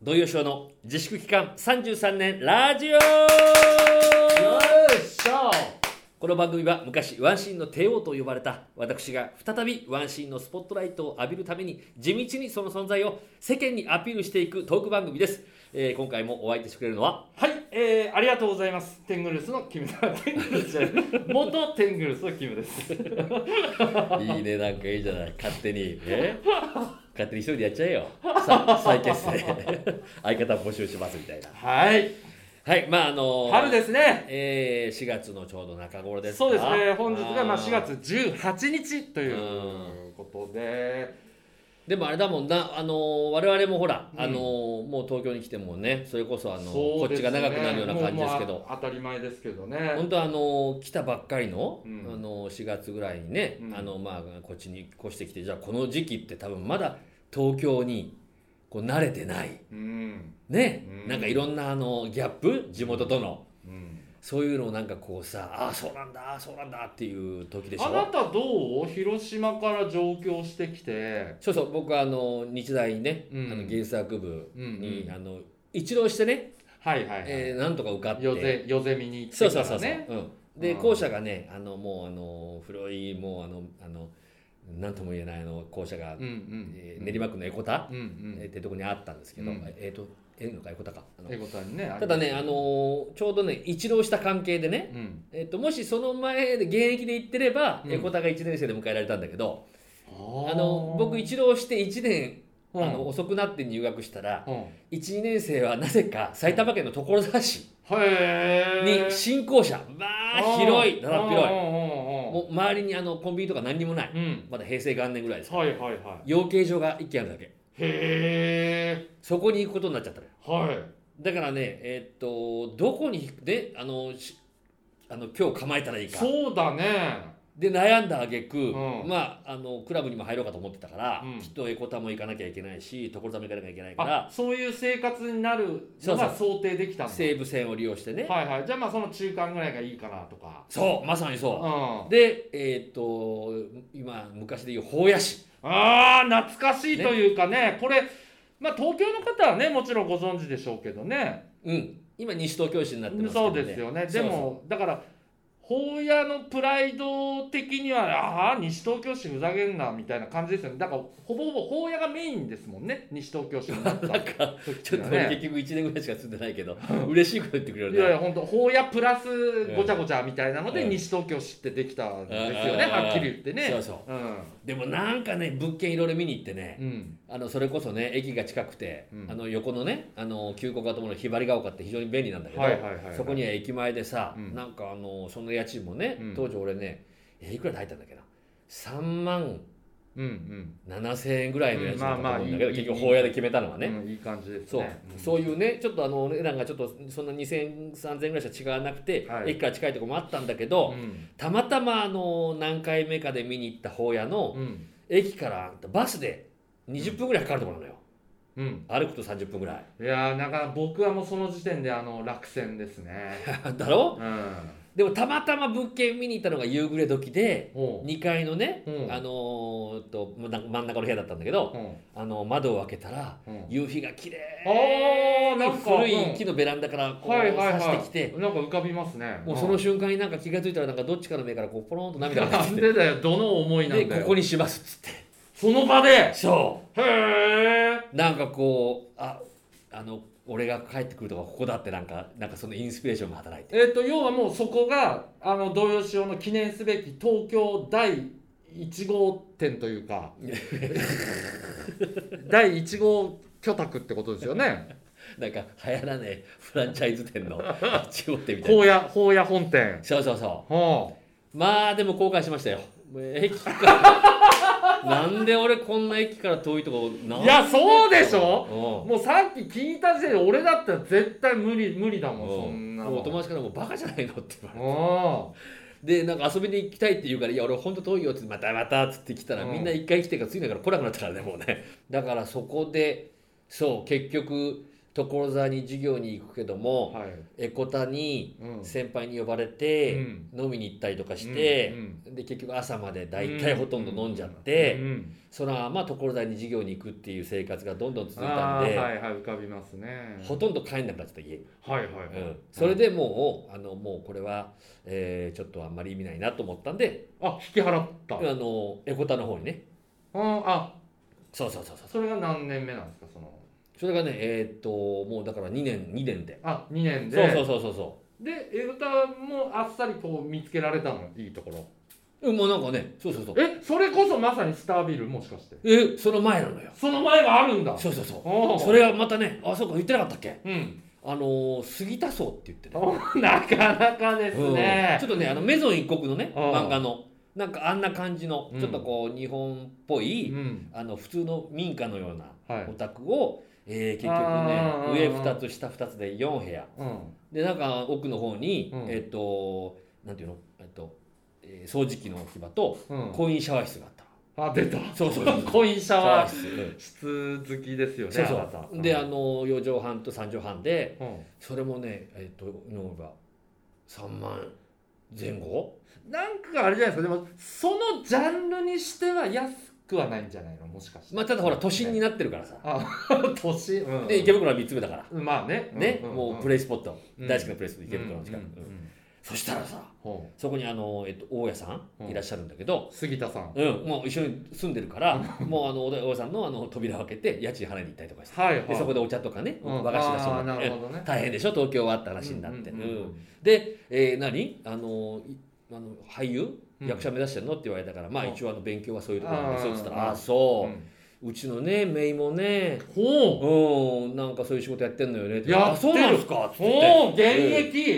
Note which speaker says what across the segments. Speaker 1: 農業省の自粛期間33年ラジオ
Speaker 2: よいしょ
Speaker 1: この番組は昔ワンシーンの帝王と呼ばれた私が再びワンシーンのスポットライトを浴びるために地道にその存在を世間にアピールしていくトーク番組です、えー今回もお相手してくれるのは
Speaker 2: はい、えー、ありがとうございます。テングルスのキムだ。テングルス じゃない。元テングルスのキムです。
Speaker 1: いいねなんかいいじゃない勝手にえ勝手に一人でやっちゃえよさ再結成 相方募集しますみたいな
Speaker 2: はい、
Speaker 1: はいまああの
Speaker 2: 春ですね。
Speaker 1: えー、4月のちょうど中頃ですか
Speaker 2: そうですね。本日がまあ
Speaker 1: ー
Speaker 2: 4月18日といううことで、
Speaker 1: でもあれだもんな、あのー我々もほら、
Speaker 2: うん
Speaker 1: あのーもう東京に来てもねそれこそ、あのー
Speaker 2: そう
Speaker 1: こっ
Speaker 2: です
Speaker 1: ちが長くなるような感じですけ
Speaker 2: もう
Speaker 1: ど
Speaker 2: もうあ当たり前ですけど
Speaker 1: 本
Speaker 2: ね。
Speaker 1: 当あのー来たばっかりの、
Speaker 2: うん
Speaker 1: あのー4月ぐらいにね、
Speaker 2: うん
Speaker 1: あのまあ、こっちに越してきてじゃあこの時期って多分まだ東京にこう慣れてない、
Speaker 2: うん。
Speaker 1: ね
Speaker 2: うん
Speaker 1: なんかいろんな、あのーギャップ地元との。
Speaker 2: うん。
Speaker 1: そういうのをなんかこうさああそうなんだああそうなんだっていう時でし
Speaker 2: あな
Speaker 1: ょ
Speaker 2: たどう広島から上京してきて、
Speaker 1: そうそう僕はあのー日大ね、
Speaker 2: うん
Speaker 1: あの芸術学部
Speaker 2: うん
Speaker 1: に、
Speaker 2: うん
Speaker 1: あの一浪してね
Speaker 2: はいはいはい。
Speaker 1: えー、なんとか受かって
Speaker 2: よぜよぜ見に行ってか
Speaker 1: そ
Speaker 2: ら
Speaker 1: う
Speaker 2: ね。
Speaker 1: そうそうそう、うん、で
Speaker 2: うん
Speaker 1: 校舎がねあのもうあの古いもうあのあのなんとも言えないあの校舎が、
Speaker 2: うんうん。
Speaker 1: えー練馬区のエコタ、
Speaker 2: うんう
Speaker 1: えーっ
Speaker 2: ん。
Speaker 1: てとこにあったんですけど、
Speaker 2: うん
Speaker 1: えーっとえーのかエコタかあの
Speaker 2: えごたにね。
Speaker 1: ただねあのーちょうどね一浪した関係でね、
Speaker 2: うん。
Speaker 1: えーっともしその前で現役で行ってれば、
Speaker 2: うん
Speaker 1: エコタが1年生で迎えられたんだけど、
Speaker 2: あ
Speaker 1: あの僕一浪して1年あ
Speaker 2: うん
Speaker 1: の遅くなって入学したら、
Speaker 2: うん、
Speaker 1: 1、2年生はなぜか埼玉県の所沢市、
Speaker 2: へえ
Speaker 1: に新校舎まあ広いだだっ広い
Speaker 2: も、
Speaker 1: もう周りにあのコンビニとか何にもないう
Speaker 2: うん、
Speaker 1: まだ平成元年ぐらいです
Speaker 2: はいはいは
Speaker 1: 養鶏場が1軒あるだけ
Speaker 2: いへえ
Speaker 1: そこに行くことになっちゃったのよ
Speaker 2: はい
Speaker 1: だからねえーっとどこに引くであのしあの今日構えたらいいか
Speaker 2: そうだね
Speaker 1: で悩んだ挙句、
Speaker 2: うん
Speaker 1: まああのクラブにも入ろうかと思ってたから、
Speaker 2: うん
Speaker 1: きっとエコタも行かなきゃいけないし所沢も行かなきゃいけないか
Speaker 2: あ
Speaker 1: ら
Speaker 2: そういう生活になるのが想定できたんだ
Speaker 1: 西武線を利用してね、
Speaker 2: はいはいじゃあまあその中間ぐらいがいいかなとか
Speaker 1: そうまさに
Speaker 2: う
Speaker 1: そ
Speaker 2: ん
Speaker 1: う、でえーっと今昔で言う法屋市
Speaker 2: ああ懐かしいというかねこれまあ東京の方はねもちろんご存知でしょうけどね
Speaker 1: うん、今西東京市になってますけ
Speaker 2: そ
Speaker 1: ど、
Speaker 2: う
Speaker 1: ね、
Speaker 2: ですよね
Speaker 1: そ
Speaker 2: で
Speaker 1: うそう
Speaker 2: もだから法屋のプライド的にはああ西東京市ふざけんなみたいな感じですよねだからほぼほぼ法屋がメインですもんね西東京市になった時は
Speaker 1: ち ょっと俺
Speaker 2: ね
Speaker 1: 結局1年ぐらいしか住んでないけど 嬉しいこと言ってくれる
Speaker 2: い
Speaker 1: ね
Speaker 2: やいや本当法屋プラス
Speaker 1: ん
Speaker 2: ごちゃごちゃみたいなので、
Speaker 1: うん
Speaker 2: 西東京市ってできたんですよね
Speaker 1: うん
Speaker 2: はっきり言って
Speaker 1: そう
Speaker 2: ね
Speaker 1: そう
Speaker 2: うん
Speaker 1: でもなんかね物件いろいろ見に行ってね
Speaker 2: うん
Speaker 1: あのそれこそね駅が近くて、
Speaker 2: うん
Speaker 1: あの横のねあの急行がとものひばりが丘って非常に便利なんだけど、
Speaker 2: はいはいはいはい
Speaker 1: そこには駅前でさ、
Speaker 2: うん
Speaker 1: なんかあのその家賃もね、
Speaker 2: うん
Speaker 1: 当時俺ねえいくらで入ったんだっけな3万
Speaker 2: うんうん
Speaker 1: 7000円ぐらいの家賃だったと思うんだけど、
Speaker 2: うんまあまあいい
Speaker 1: 結局法屋で決めたのはね、
Speaker 2: うんいい感じです
Speaker 1: そう
Speaker 2: ねん
Speaker 1: そういうねちょっとあのお値段がちょっとそんな2000 3000ぐらいしか違わなくて、
Speaker 2: はい
Speaker 1: 駅から近いとこもあったんだけど、
Speaker 2: うん
Speaker 1: たまたまあの何回目かで見に行った方屋の
Speaker 2: うん
Speaker 1: 駅からバスで20分ぐらいかかるところなのよ、
Speaker 2: うん
Speaker 1: 歩くと30分ぐらい
Speaker 2: いやーなんか僕はもうその時点であの落選です ね
Speaker 1: だろ
Speaker 2: うん
Speaker 1: でもたまたま物件見に行ったのが夕暮れ時で
Speaker 2: ほ
Speaker 1: 2階のね、
Speaker 2: うん
Speaker 1: あのーっとま真ん中の部屋だったんだけど
Speaker 2: う、うん
Speaker 1: あの窓を開けたら
Speaker 2: うん
Speaker 1: 夕日が綺麗
Speaker 2: あーなんか
Speaker 1: 古い木のベランダからこう
Speaker 2: はいはい
Speaker 1: 差
Speaker 2: はい
Speaker 1: してきて、
Speaker 2: なんか浮かびますね
Speaker 1: もうその瞬間になんか気が付いたらなんかどっちかの目からこうポロンと涙が
Speaker 2: な
Speaker 1: 出
Speaker 2: ん
Speaker 1: て
Speaker 2: でだよどの思いな
Speaker 1: で
Speaker 2: んだよ
Speaker 1: ここにしますっつって
Speaker 2: その場でへ
Speaker 1: そ
Speaker 2: え
Speaker 1: うなんかこうああの俺が帰ってくるとかここだってなんかなんかそのインスピレーションが働いて
Speaker 2: えっと要はもうそこがあの土曜潮の記念すべき東京第1号店とい うか第1号居宅ってことですよね
Speaker 1: なんか流行らねえフランチャイズ店の 地方店 みたいな
Speaker 2: 宝屋宝屋本店
Speaker 1: そうそうそ
Speaker 2: ほ
Speaker 1: うまあでも後悔しましたよもう駅から なんで俺こんな駅から遠いとこ
Speaker 2: う
Speaker 1: なん
Speaker 2: いやそうでしょ
Speaker 1: う
Speaker 2: もうさっき聞いた時点で俺だったら絶対無理無理だ
Speaker 1: ん
Speaker 2: もん、そん
Speaker 1: うん
Speaker 2: な
Speaker 1: も
Speaker 2: の
Speaker 1: う友達からもうバカじゃないのって言われて
Speaker 2: あ
Speaker 1: でなんか遊びに行きたいって言うから「いや俺ほんと遠いよ」って「またまた」っつって来たら、
Speaker 2: うん
Speaker 1: みん な一回来てるから次だから来なくなったからねもうねだからそこでそう結局所沢に授業に行くけども、
Speaker 2: はい
Speaker 1: エコタに
Speaker 2: うん
Speaker 1: 先輩に呼ばれて飲みに行ったりとかして、
Speaker 2: うん
Speaker 1: で結局朝まで大体ほとんど飲んじゃって、
Speaker 2: うんうん
Speaker 1: そのまま所沢に授業に行くっていう生活がどんどん続いた
Speaker 2: あ
Speaker 1: ん
Speaker 2: ー
Speaker 1: で、
Speaker 2: はいはい浮かびますね
Speaker 1: ほとんど帰んなくなっちゃった家に、
Speaker 2: はいはいは
Speaker 1: う
Speaker 2: い、
Speaker 1: ん、それでもうあのもうこれは、えーちょっとあんまり意味ないなと思ったんで、
Speaker 2: あ引き払った、
Speaker 1: あのエコタの方にね
Speaker 2: うんあ
Speaker 1: そうそうそうそう
Speaker 2: それが何年目なんですかその
Speaker 1: それがねえーっともうだから2年2年で
Speaker 2: あ2年で
Speaker 1: そうそうそうそうそ
Speaker 2: でエルタもあっさりこう見つけられたのいいところ
Speaker 1: ううんもうなんかねそうそうそう
Speaker 2: えそれこそまさにスタービルもしかして
Speaker 1: えその前なのよ
Speaker 2: その前があるんだ
Speaker 1: そうそうそう
Speaker 2: おー
Speaker 1: それがまたねあそうか言ってなかったっけ
Speaker 2: うん
Speaker 1: あのー杉田荘って言ってね
Speaker 2: おなかなかです
Speaker 1: うん
Speaker 2: ね
Speaker 1: ちょっとねあのメゾン一国のね
Speaker 2: うん
Speaker 1: 漫画のなんかあんな感じの
Speaker 2: うん
Speaker 1: ちょっとこう日本っぽ
Speaker 2: う
Speaker 1: い、
Speaker 2: ん
Speaker 1: あの普通の民家のような
Speaker 2: はい
Speaker 1: お宅を、えー結
Speaker 2: あー
Speaker 1: 局ね上2つ下2つで4部屋
Speaker 2: うん
Speaker 1: でなんか奥の方に、
Speaker 2: うん
Speaker 1: えっ、となんていうのえっ、と、えー掃除機の置き場と
Speaker 2: うん
Speaker 1: コインシャワー室があったの
Speaker 2: あ出た
Speaker 1: そうそうそう
Speaker 2: コインシャ
Speaker 1: シャワ
Speaker 2: ワ
Speaker 1: ー
Speaker 2: ー
Speaker 1: 室、うん
Speaker 2: 室好きですよね
Speaker 1: そう
Speaker 2: あな
Speaker 1: そ
Speaker 2: た
Speaker 1: うであの4畳半と3畳半で
Speaker 2: うん
Speaker 1: それもねえっ、と今思えば3万前後
Speaker 2: なんかあれじゃないですかでもそのジャンルにしては安くはないんじゃないのもしかして
Speaker 1: まあただほら都心になってるからさ
Speaker 2: 都心うん
Speaker 1: で池袋は3つ目だから
Speaker 2: まあね
Speaker 1: ね、もうプレイスポット、
Speaker 2: うん
Speaker 1: 大好きなプレイスポット
Speaker 2: イ
Speaker 1: 池袋の近く、うんそしたらさ
Speaker 2: ほ
Speaker 1: そこにあの、えっと、大家さ
Speaker 2: うんん
Speaker 1: いらっしゃるんだけど、
Speaker 2: う杉田さん
Speaker 1: うんもう一緒に住んでるからもうあの大家さんのあの扉を開けて家賃払いに行ったりとかして
Speaker 2: はいはい
Speaker 1: でそこでお茶とかね
Speaker 2: うん
Speaker 1: 和菓子出そう
Speaker 2: あー
Speaker 1: な
Speaker 2: な
Speaker 1: って
Speaker 2: るほどね
Speaker 1: 大変でしょ東京はって話になって、
Speaker 2: うん
Speaker 1: うんで、えー何あのいあの俳優
Speaker 2: うん
Speaker 1: 役者目指してんのって言われたから、まあ
Speaker 2: うん
Speaker 1: 一応あの勉強はそういうところなんですよ
Speaker 2: あー
Speaker 1: って言ったら「ああーそうう、
Speaker 2: ん
Speaker 1: うちのね姪もね
Speaker 2: ほ
Speaker 1: うん、なんかそういう仕事やってんのよねって
Speaker 2: や
Speaker 1: あ
Speaker 2: って
Speaker 1: そ
Speaker 2: る
Speaker 1: うなんですかっ
Speaker 2: う
Speaker 1: つっ
Speaker 2: ほう現
Speaker 1: て、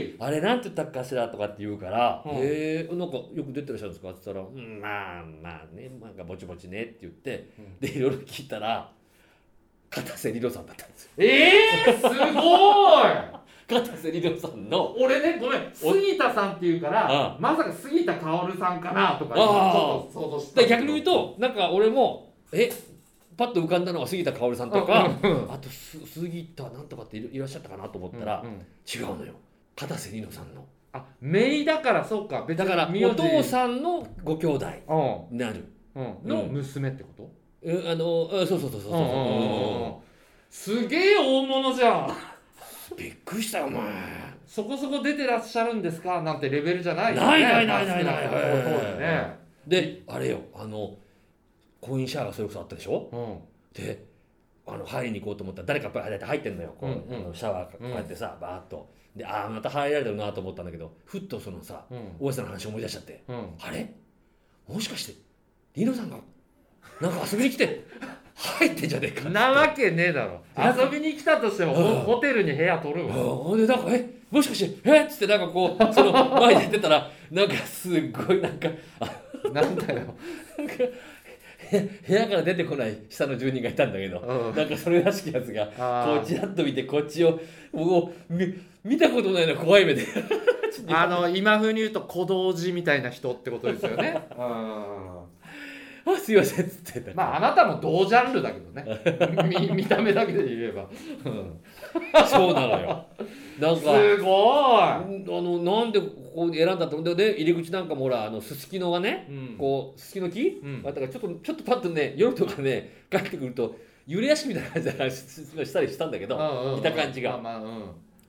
Speaker 2: 役
Speaker 1: うんあれなんて言ったっかしらとかって言うから「
Speaker 2: うん
Speaker 1: へえんかよく出てらっしゃるんですか?」って言ったら「うんまあまあねなんかぼちぼちね」って言って
Speaker 2: うん
Speaker 1: でいろいろ聞いたら片瀬里乃さんだったんですよ
Speaker 2: えーすごい
Speaker 1: 片瀬里乃さんの
Speaker 2: 俺ねごめん杉田さんっていうから
Speaker 1: あ
Speaker 2: まさか杉田薫さんかなとかち
Speaker 1: ああ
Speaker 2: ょっと想像して
Speaker 1: で逆に言うとなんか俺もえパッと浮かんだのは杉田薫さんとかあとす杉田なんとかっているいらっしゃったかなと思ったら、違うのよ片瀬里乃さんの
Speaker 2: あメイだからそうか別
Speaker 1: だから
Speaker 2: 名字
Speaker 1: お父さんのご兄弟
Speaker 2: うん
Speaker 1: になる
Speaker 2: うん
Speaker 1: うん
Speaker 2: の娘ってこと
Speaker 1: うんあのうんそうそうそうそうそう,、
Speaker 2: すげえ大物じゃん
Speaker 1: びっくりしたよお前
Speaker 2: そこそこ出てらっしゃるんですかなんてレベルじゃないよね
Speaker 1: ないないないないない
Speaker 2: まあ少くともこの当時ね
Speaker 1: であれよあの婚姻シャワーがそれこそあったでしょ
Speaker 2: うん
Speaker 1: であの入りに行こうと思ったら誰かやっぱり入って入ってんのよこう、
Speaker 2: うんうん
Speaker 1: あのシャワーこうやってさ、バーッとでああまた入られてるなと思ったんだけどふっとそのさ
Speaker 2: うん
Speaker 1: 大家さんの話を思い出しちゃって
Speaker 2: うん
Speaker 1: あれもしかしてリノさんがなんか遊びに来て入ってんじゃねえか
Speaker 2: なわけねえだろ遊びに来たとしても
Speaker 1: うん
Speaker 2: ホホテルに部屋取るわ
Speaker 1: ほんでなんか「えもしかしてえっ?」つってなんかこうその前に出てたらなんかすっごいなんか
Speaker 2: なんだよ
Speaker 1: 部屋から出てこない下の住人がいたんだけど、
Speaker 2: うん
Speaker 1: なんかそれらしきやつが
Speaker 2: あ
Speaker 1: こ
Speaker 2: ー
Speaker 1: うちらっと見てこっちをもうみ見たことないの怖い目で ちょっと
Speaker 2: あの今風に言うと小道寺みたいな人ってことですよね。うん
Speaker 1: あすいませんっつって
Speaker 2: まああなたも同ジャンルだけどね。み 見た目だけで言えば。
Speaker 1: そうなのよなん
Speaker 2: す
Speaker 1: か
Speaker 2: ごい。
Speaker 1: あのなんでここ選んだと思うんで入り口なんかもほらあのすすきのがね
Speaker 2: うん
Speaker 1: こうすすきの木、
Speaker 2: うん
Speaker 1: だからちょっとちょっとパッとね夜とかね 帰ってくると揺れ屋敷みたいな感じで話したりしたんだけど、
Speaker 2: うんうん
Speaker 1: いた感じが
Speaker 2: まあまあうん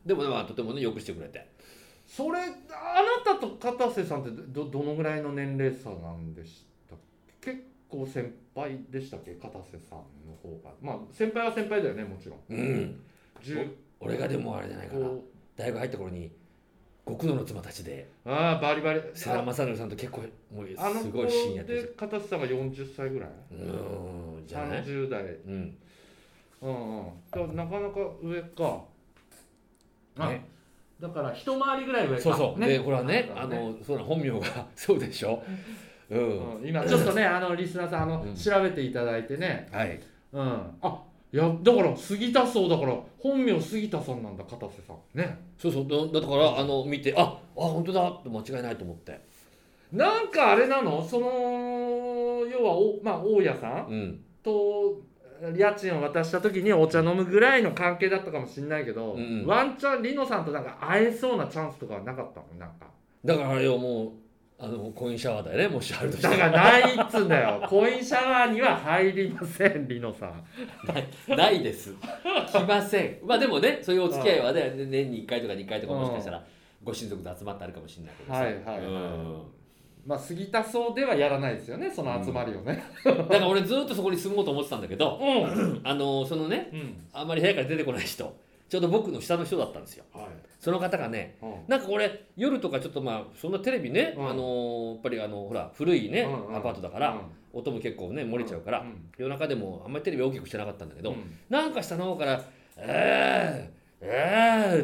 Speaker 1: でもねまあとてもねよくしてくれて
Speaker 2: それあなたと片瀬さんってどどのぐらいの年齢差なんでしたっけ結構先輩でしたっけ片瀬さんの方がまあ先輩は先輩だよねもちろん
Speaker 1: うん
Speaker 2: 10
Speaker 1: 俺がでもあれじゃないかな
Speaker 2: こう
Speaker 1: 大学入った頃に極道の妻たちで
Speaker 2: ああバリバリ
Speaker 1: 世良正則さんと結構もう
Speaker 2: あの
Speaker 1: すご
Speaker 2: 子
Speaker 1: いシーンやって
Speaker 2: で
Speaker 1: る
Speaker 2: 片瀬さんが40歳ぐらいう
Speaker 1: ーんじゃない
Speaker 2: 30代
Speaker 1: うん
Speaker 2: うんうんだからなかなか上かあ
Speaker 1: ね
Speaker 2: だから一回りぐらい上か
Speaker 1: そうそう
Speaker 2: ね
Speaker 1: でほらねあ
Speaker 2: なるほどね
Speaker 1: のそうなの本名が そうでしょうん
Speaker 2: うん今ちょっとねあのリスナーさんあの、
Speaker 1: うん
Speaker 2: 調べていただいてね
Speaker 1: はい
Speaker 2: うんあいやだから杉田荘だから本名杉田さんなんだ片瀬さんね
Speaker 1: そうそうだだからあの見てああ本当だと間違いないと思って
Speaker 2: なんかあれなのその要はおまあ大家さん
Speaker 1: うん
Speaker 2: と家賃を渡した時にお茶飲むぐらいの関係だったかもしれないけど、
Speaker 1: うん
Speaker 2: ワンチャンリノさんとなんか会えそうなチャンスとかはなかったのなんか
Speaker 1: だからあれよもうあの婚姻シャワーだよねもしあるとした
Speaker 2: だ
Speaker 1: ら
Speaker 2: からないっつうんだよコインシャワーには入りませんリノさん
Speaker 1: ないです。来ません。まあでもね、そういうお付き合いはね、年に1回とか2回とかもしかしたら、ご親族で集まってあるかもしれないけどさ
Speaker 2: はいはいはい
Speaker 1: うん
Speaker 2: まあ杉田荘ではやらないですよねその集まりをね
Speaker 1: だから俺ずっとそこに住もうと思ってたんだけど、
Speaker 2: うん、
Speaker 1: あのそのね、
Speaker 2: うん
Speaker 1: あんまり部屋から出てこない人、ちょうど僕の下の人だったんですよ。
Speaker 2: はい
Speaker 1: その方がね、
Speaker 2: うん
Speaker 1: なんか俺夜とかちょっとまあそんなテレビね、
Speaker 2: うん
Speaker 1: あのやっぱりあのほら古いね、
Speaker 2: うんうん
Speaker 1: アパートだから、
Speaker 2: うん
Speaker 1: 音も結構ね漏れちゃうから、
Speaker 2: うん
Speaker 1: 夜中でもあんまりテレビ大きくしてなかったんだけど、
Speaker 2: うん
Speaker 1: なんか下の方から「えー、えー」っていう声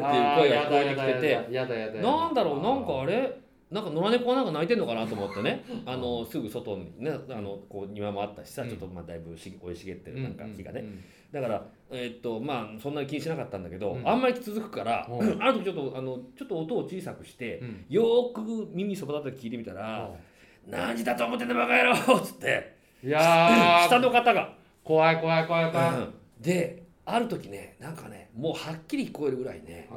Speaker 1: が聞こえてきてて
Speaker 2: てやだやだやだやだやだやだ
Speaker 1: なんだろうなんかあれなんか野良猫がなんか泣いてんのかなと思って ねあのすぐ外にねあのこう庭もあったしさ、
Speaker 2: うん
Speaker 1: ちょっとまあだいぶし生い茂って
Speaker 2: う
Speaker 1: るなんか木がね、
Speaker 2: うん
Speaker 1: だからえーっとまあそんなに気にしなかったんだけど、
Speaker 2: うん
Speaker 1: あんまり続くから、
Speaker 2: うん
Speaker 1: ある時ちょっとあのちょっと音を小さくして、
Speaker 2: うん
Speaker 1: よーく耳そばだって聞いてみたら
Speaker 2: う
Speaker 1: 「何時だと思ってんだバカ野郎!」っつって
Speaker 2: んいやー
Speaker 1: 下の方が。
Speaker 2: 怖い怖い怖い怖い、
Speaker 1: うんである時ねなんかねもうはっきり聞こえるぐらいね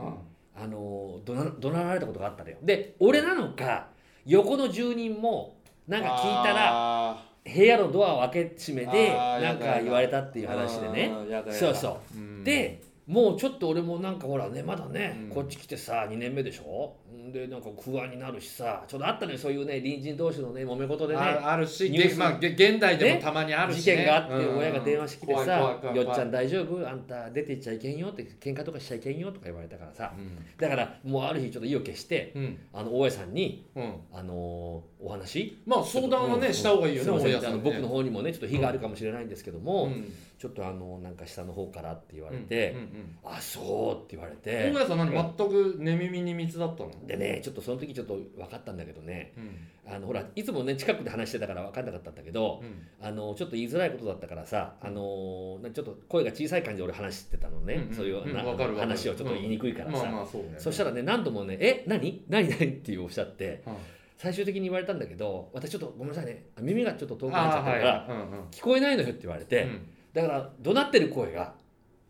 Speaker 1: あのー怒鳴怒鳴られたことがあったのよで俺なのか横の住人もなんか聞いたら
Speaker 2: ら
Speaker 1: 部屋のドアを開け閉めで
Speaker 2: あ
Speaker 1: な
Speaker 2: ー
Speaker 1: ん
Speaker 2: やだや
Speaker 1: か
Speaker 2: だ
Speaker 1: 言われたっていう話でね
Speaker 2: うんやだやだ
Speaker 1: そうそ
Speaker 2: うん
Speaker 1: でもうちょっと俺もなんかほらねまだね、
Speaker 2: うん
Speaker 1: こっち来てさ2年目でしょんでなんか不安になるしさちょっとあったのよそういうね隣人同士のね揉め事でね
Speaker 2: ああるし、
Speaker 1: ニュース
Speaker 2: げまあ、げ現代で
Speaker 1: ね
Speaker 2: もたまにあるし、ね、
Speaker 1: 事件があって
Speaker 2: うん
Speaker 1: 親が電話してきて
Speaker 2: 怖い怖い
Speaker 1: さ「
Speaker 2: 怖い
Speaker 1: よっちゃん大丈夫あんた出て行っちゃいけんよ」って喧嘩とかしちゃいけんよとか言われたからさだからもうある日ちょっと意を決して
Speaker 2: うん、
Speaker 1: あの大家さんに
Speaker 2: うんうん、
Speaker 1: あのーお話
Speaker 2: まあ相談はね、した方がいいよ
Speaker 1: す
Speaker 2: ね
Speaker 1: ませ
Speaker 2: 大家
Speaker 1: ん
Speaker 2: さ
Speaker 1: あ
Speaker 2: ん
Speaker 1: の
Speaker 2: ね
Speaker 1: 僕の方にもねちょっと非があるかもしれないんですけども、
Speaker 2: うん
Speaker 1: ちょっとあのなんか下の方からって言われ
Speaker 2: う
Speaker 1: て
Speaker 2: んうん
Speaker 1: 「あそう」って言われ
Speaker 2: うん
Speaker 1: て
Speaker 2: 大家さん何全く寝耳に水だったの、
Speaker 1: でねちょっとその時ちょっと分かったんだけどね
Speaker 2: うん
Speaker 1: あのほらいつもね近くで話してたから分かんなかったんだけど、
Speaker 2: うん
Speaker 1: あのちょっと言いづらいことだったからさ、あのなちょっと声が小さい感じで俺話してたのね、
Speaker 2: うんうん
Speaker 1: そういう、
Speaker 2: うん
Speaker 1: な
Speaker 2: わかるわかる
Speaker 1: 話をちょっと言いにくいからさ、
Speaker 2: まあまあそうね
Speaker 1: そした
Speaker 2: ら、
Speaker 1: らね何度もね「え何 何何?」っていうおっしゃって
Speaker 2: うん
Speaker 1: 最終的に言われたんだけど私ちょっとごめんなさいね耳がちょっと遠くなっちゃっ
Speaker 2: あー
Speaker 1: た
Speaker 2: は
Speaker 1: か
Speaker 2: い
Speaker 1: ら、
Speaker 2: うんうん
Speaker 1: 聞こえないのよって言われて、だから怒鳴ってる声が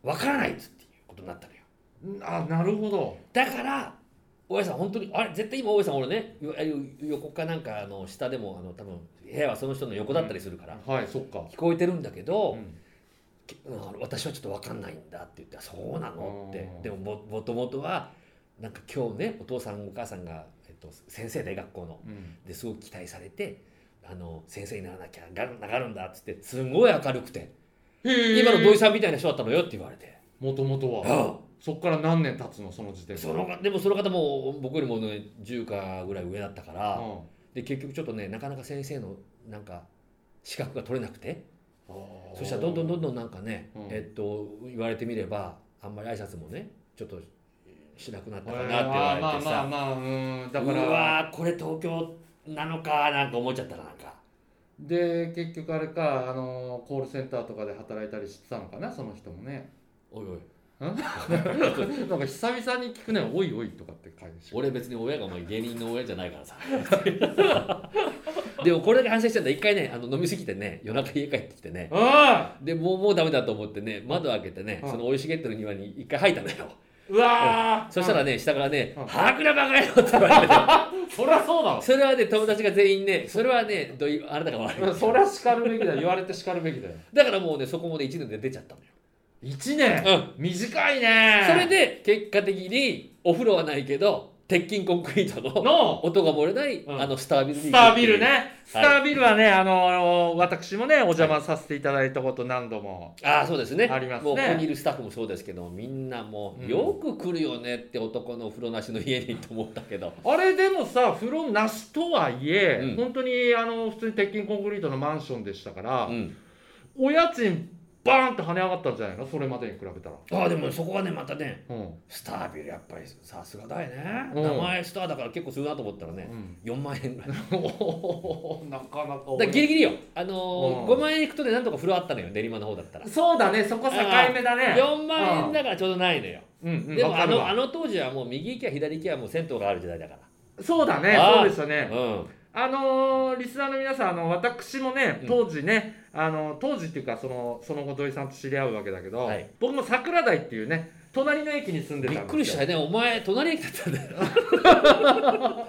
Speaker 1: わからないっつっていうことになったのよ
Speaker 2: うん、あなるほど
Speaker 1: だから大家さん本当にあれ絶対今大家さん俺ねよあよ横かなんかあの下でもあの多分部屋はその人の横だったりするから、
Speaker 2: はいそっか、
Speaker 1: 聞こえてるんだけど、
Speaker 2: うん
Speaker 1: けあの私はちょっと分かんないんだって言ってそうなのって
Speaker 2: うん
Speaker 1: でもももともとはなんか今日ねお父さんお母さんが、えっと、先生で学校の
Speaker 2: うん
Speaker 1: ですごく期待されてあの先生にならなきゃなながるんだっつってすごい明るくて今の土井さんみたいな人だったのよって言われて、
Speaker 2: もともとは
Speaker 1: あ
Speaker 2: そっから何年経つのその時点
Speaker 1: あ
Speaker 2: で
Speaker 1: そのでもその方も僕よりも、ね、10かぐらい上だったから、
Speaker 2: うん
Speaker 1: で結局ちょっとねなかなか先生のなんか資格が取れなくて。そしたらどんどんどんどんなんかね、
Speaker 2: うん
Speaker 1: えっと言われてみればあんまり挨拶もねちょっとしなくなったかなって
Speaker 2: えー
Speaker 1: 言われて
Speaker 2: まあ
Speaker 1: さ、
Speaker 2: まあまあ、うん、だ
Speaker 1: う
Speaker 2: から
Speaker 1: わーこれ東京なのかなんか思っちゃったらなんか
Speaker 2: で結局あれかあのコールセンターとかで働いたりしてたのかなその人もね
Speaker 1: おいおい
Speaker 2: なんか久々に聞くね「おいおい」とかって返し
Speaker 1: 俺別に親がお前芸人の親じゃないからさ でもこれだけ反省してんだ一回ねあの飲みすぎてね夜中家帰ってきてね
Speaker 2: あ
Speaker 1: でもうもうダメだと思ってね窓開けてね
Speaker 2: うん
Speaker 1: その生い茂ってる庭に一回入ったんだよ
Speaker 2: うわー
Speaker 1: そしたらね下からね
Speaker 2: う
Speaker 1: 「
Speaker 2: ん
Speaker 1: はくらばかよ!」って言われて
Speaker 2: うんそりゃそうだわ
Speaker 1: それはね友達が全員ねそれはねどういうあなたが悪い
Speaker 2: うんそりゃ叱るべきだよ言われて叱るべきだよ
Speaker 1: だからもうねそこもね1年で出ちゃったのよ、
Speaker 2: 1年短いね
Speaker 1: それで結果的にお風呂はないけど鉄筋コンクリートの
Speaker 2: の
Speaker 1: 音が漏れない、
Speaker 2: うん
Speaker 1: あのスタービルに
Speaker 2: スタービルねスタ
Speaker 1: はい
Speaker 2: ービルはね、あの私もねお邪魔させていただいたこと何度も、
Speaker 1: ああそうですね
Speaker 2: ありますね
Speaker 1: もうここにいるスタッフもそうですけどみんなもう、
Speaker 2: うん
Speaker 1: よく来るよねって男のお風呂なしの家にと思ったけど
Speaker 2: あれでもさ風呂なしとはいえ、
Speaker 1: うん
Speaker 2: 本当にあの普通に鉄筋コンクリートのマンションでしたから、
Speaker 1: うん
Speaker 2: お家賃バーンって跳ね上がったんじゃないのそれまでに比べたら、
Speaker 1: ああでもそこがねまたね
Speaker 2: うん
Speaker 1: スタービルやっぱりさすがだよね、
Speaker 2: うん
Speaker 1: 名前スターだから結構するなと思ったら
Speaker 2: う
Speaker 1: ね、
Speaker 2: ん、
Speaker 1: 4万円ぐ らい
Speaker 2: おーなかなか
Speaker 1: だからギリギリよ、あのー
Speaker 2: うん
Speaker 1: 5万円いくとねなんとか風呂あったのよ練馬の方だったら
Speaker 2: そうだねそこ境目だね
Speaker 1: 4万円だからちょうどないのよ、
Speaker 2: うんうん
Speaker 1: で
Speaker 2: わ
Speaker 1: も
Speaker 2: か
Speaker 1: あ
Speaker 2: る
Speaker 1: の
Speaker 2: わ
Speaker 1: あの当時はもう右行きゃ左行きゃもう銭湯がある時代だか
Speaker 2: そうだね
Speaker 1: あー
Speaker 2: そうですよ
Speaker 1: ら、
Speaker 2: ね
Speaker 1: うん、
Speaker 2: あのーリスナーの皆さんあの私もね
Speaker 1: うん
Speaker 2: 当時ね、あの当時っていうかそのその後土井さんと知り合うわけだけど、
Speaker 1: はい
Speaker 2: 僕も桜台っていうね隣の駅に住んでた
Speaker 1: び
Speaker 2: んです
Speaker 1: っ
Speaker 2: よ
Speaker 1: くりしたよねお前隣駅だったんだよ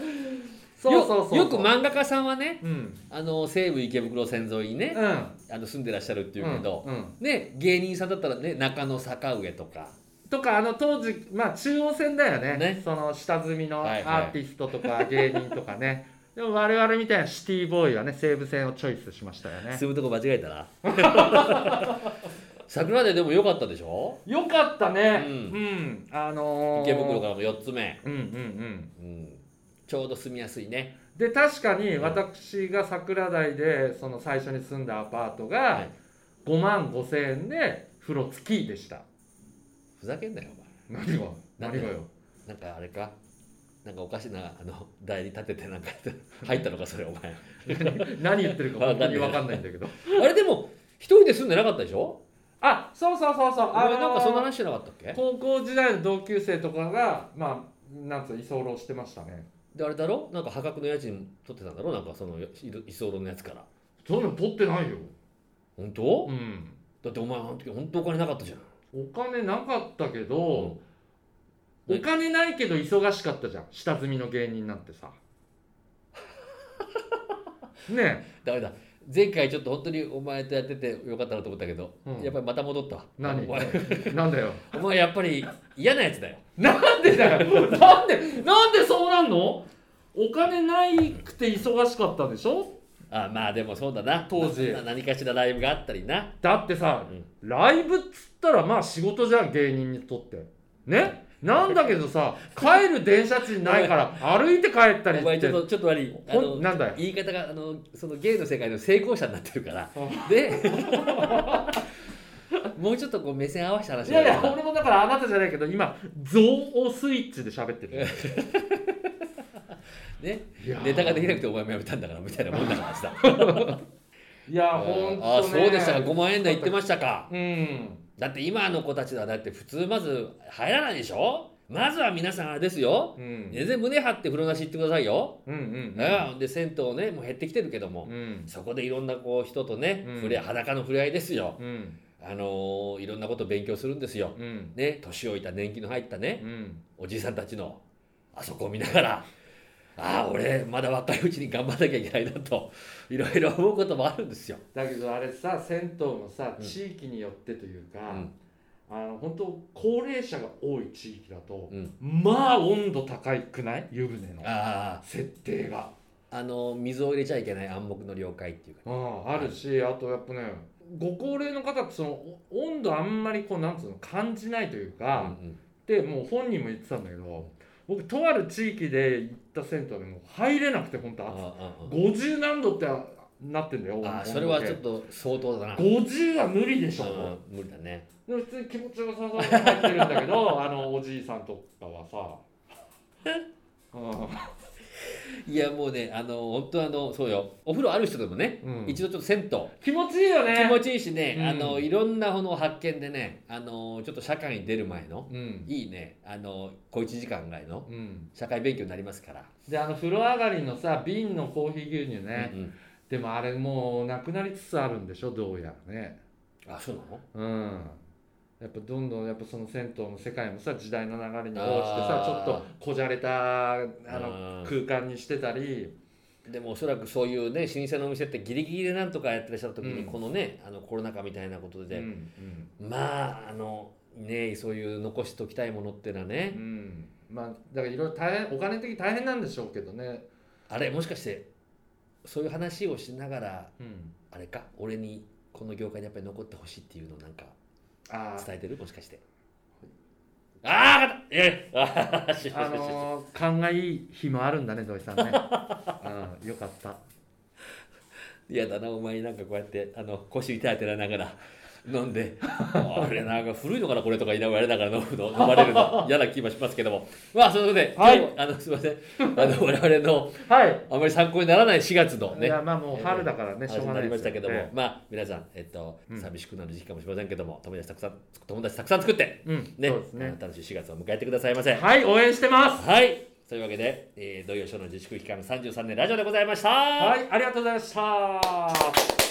Speaker 2: そうそうそうそう
Speaker 1: よよく漫画家さんはね
Speaker 2: うん
Speaker 1: あの西武池袋線沿いにね
Speaker 2: う、ん
Speaker 1: あの住んでらっしゃるっていうけど、
Speaker 2: うんうん
Speaker 1: ね芸人さんだったらね中野坂上とか
Speaker 2: とかあの当時まあ中央線だよね
Speaker 1: ね
Speaker 2: その下積みのア
Speaker 1: はいはい
Speaker 2: ーティスト とか芸人とかね、でも我々みたいなシティボーイはね西武線をチョイスしましたよね
Speaker 1: 住むとこ間違えた ら桜ででも良かったでしょ
Speaker 2: よかったね
Speaker 1: う
Speaker 2: うんん、あのー、
Speaker 1: 池袋からも4つ目、
Speaker 2: うんうんうん
Speaker 1: うん、ちょうど住みやすいね
Speaker 2: で確かに私が桜台でその最初に住んだアパート
Speaker 1: は
Speaker 2: が
Speaker 1: い
Speaker 2: 5万5千円で風呂付きでした
Speaker 1: ふざけんなよお前
Speaker 2: 何が
Speaker 1: なん
Speaker 2: 何
Speaker 1: で
Speaker 2: がよ
Speaker 1: なんかあれかなんかおかしなあの台に立ててなんか入ったのかそれお前
Speaker 2: 何言ってるか本当に分かんないんだけど
Speaker 1: あれでも一人で住んでなかったでしょ
Speaker 2: あそうそうそうそう
Speaker 1: お
Speaker 2: あ
Speaker 1: 前なんかそんな
Speaker 2: の
Speaker 1: 話してなかったっけ
Speaker 2: 高校時代の同級生とかがまあなんつうの居候してましたね
Speaker 1: であれだろなんか破格の家賃取ってたんだろなんかそのい居候のやつから
Speaker 2: そういうの取ってないよ
Speaker 1: 本当
Speaker 2: うん
Speaker 1: だってお前あの時本当お金なかったじゃん
Speaker 2: お金なかったけど、
Speaker 1: うん
Speaker 2: お金ないけど忙しかったじゃん下積みの芸人なんて さね
Speaker 1: ダメだ前回ちょっと本当にお前とやっててよかったなと思ったけど、
Speaker 2: うん
Speaker 1: やっぱりまた戻ったわ
Speaker 2: 何
Speaker 1: お前
Speaker 2: えなんだよ
Speaker 1: お前やっぱり嫌なやつだよ
Speaker 2: なんでだよなんでなんでそうなんのお金ないくて忙しかったでしょ
Speaker 1: あまあでもそうだな
Speaker 2: 当時
Speaker 1: な何かしらライブがあったりな
Speaker 2: だってさ、
Speaker 1: う
Speaker 2: ライブっつったらまあ仕事じゃん芸人にとってねなんだけど さ帰る電車賃ないから歩いて帰ったり
Speaker 1: お前
Speaker 2: っ
Speaker 1: ちょ
Speaker 2: て
Speaker 1: っとちょっと悪いあ
Speaker 2: ほん
Speaker 1: の
Speaker 2: なんだよ
Speaker 1: 言い方があのその芸の世界の成功者になってるから
Speaker 2: あ
Speaker 1: でもうちょっとこう目線合わせた話
Speaker 2: いやいや俺もだからあなたじゃないけど今憎悪スイッチで喋ってる
Speaker 1: ね
Speaker 2: いやー
Speaker 1: ネタができなくてお前もやめたんだからみたいなもんだからさ
Speaker 2: いや
Speaker 1: あ
Speaker 2: 本当
Speaker 1: あそうでしたか5万円台行ってましたか
Speaker 2: うん
Speaker 1: だって今の子たちはだって普通まず入らないでしょまずは皆さんあれですよ
Speaker 2: うん
Speaker 1: 全然胸張って風呂なし行ってくださいよ、
Speaker 2: うんうん
Speaker 1: ねで銭湯ねもう減ってきてるけども、
Speaker 2: うん
Speaker 1: そこでいろんなこう人とね、
Speaker 2: うん
Speaker 1: 触れ裸の触れ合いですよ
Speaker 2: うん
Speaker 1: あのーいろんなこと勉強するんですよ
Speaker 2: うん
Speaker 1: ね年老いた年季の入ったね
Speaker 2: うん
Speaker 1: おじいさんたちのあそこを見ながらああ俺まだ若いうちに頑張らなきゃいけないなといろいろ思うこともあるんですよ
Speaker 2: だけどあれさ銭湯もさ
Speaker 1: うん
Speaker 2: 地域によってというか、
Speaker 1: うん
Speaker 2: あの本当高齢者が多い地域だと、
Speaker 1: うん
Speaker 2: まあ温度高いくない湯船の
Speaker 1: あ
Speaker 2: 設定が、
Speaker 1: ああの水を入れちゃいけない暗黙の了解っていうか
Speaker 2: うん、あるしあとやっぱねご高齢の方ってそのお温度あんまりこうなんつうの感じないというか、
Speaker 1: うんうん
Speaker 2: でもう本人も言ってたんだけど僕とある地域で行った銭湯でもう入れなくて本当暑い
Speaker 1: あああ
Speaker 2: 50何度ってなってんだよ
Speaker 1: ああ
Speaker 2: 温度計
Speaker 1: それはちょっと相当だな
Speaker 2: 50は無理でしょ、
Speaker 1: うん無理だね
Speaker 2: でも普通に気持ちよさそうに入ってるんだけ どあのおじいさんとかはさう
Speaker 1: いやもうねあの本当あのそうよお風呂ある人でもね、
Speaker 2: ん、うん
Speaker 1: 一度ちょっと銭湯
Speaker 2: 気持ちいい
Speaker 1: 気
Speaker 2: よね
Speaker 1: 持ちいいしね、
Speaker 2: うん
Speaker 1: あのいろんなものを発見でねあのちょっと社会に出る前の
Speaker 2: うん
Speaker 1: いいねあの小1時間ぐらいの
Speaker 2: うん、
Speaker 1: 社会勉強になりますから、
Speaker 2: であの風呂上がりのさ瓶のコーヒー牛乳ね、
Speaker 1: うんうん
Speaker 2: でもあれもうなくなりつつあるんでしょどうやらね
Speaker 1: あそうなの
Speaker 2: うんやっぱどんどんやっぱその銭湯の世界もさ時代の流れに応じて
Speaker 1: あー
Speaker 2: さちょっとこじゃれたあ
Speaker 1: う
Speaker 2: の
Speaker 1: ん
Speaker 2: 空間にしてたり
Speaker 1: でもおそらくそういうね老舗のお店ってギリギリでなんとかやってらっしゃった時に、
Speaker 2: うん
Speaker 1: このねあのコロナ禍みたいなこと
Speaker 2: う
Speaker 1: で、
Speaker 2: んうん
Speaker 1: まああのねそういう残しておきたいものっていうのはね、
Speaker 2: うんまあだからいろいろ大変お金的に大変なんでしょうけどね
Speaker 1: あれもしかしてそういう話をしながら
Speaker 2: うん
Speaker 1: あれか俺にこの業界にやっぱり残ってほしいっていうのをなんか
Speaker 2: あー
Speaker 1: 伝えてるもしかしてああ分かったええあーし
Speaker 2: あ
Speaker 1: ししし
Speaker 2: のー、勘がいい日もあるんだね土井さん ね、うん、よかった
Speaker 1: 嫌だなお前なんかこうやってあの腰痛いてらながら飲んであれなんか古いのかなこれとか言いながらあれだから飲むの飲まれる の嫌な気もしますけどもまあそういうことで、
Speaker 2: はい
Speaker 1: 今日あのすいませんあの我々の
Speaker 2: はい、
Speaker 1: あまり参考にならない4月の
Speaker 2: い
Speaker 1: ね
Speaker 2: やまあもう春だからね、し
Speaker 1: 話
Speaker 2: ょう
Speaker 1: に
Speaker 2: が
Speaker 1: な
Speaker 2: ない
Speaker 1: りま
Speaker 2: で
Speaker 1: し
Speaker 2: す
Speaker 1: た
Speaker 2: よ
Speaker 1: けども、
Speaker 2: え
Speaker 1: まあ皆さん、えっと
Speaker 2: うん
Speaker 1: 寂しくなる時期かもしれませんけども友達たくさん友達たくさん作って
Speaker 2: えうん
Speaker 1: ね
Speaker 2: そうですね
Speaker 1: あの楽しい4月を迎えてくださいませ。
Speaker 2: はい応援してます
Speaker 1: はいというわけで、えー、土曜ショーの自粛期間の33年ラジオでございました。
Speaker 2: はい、ありがとうございました。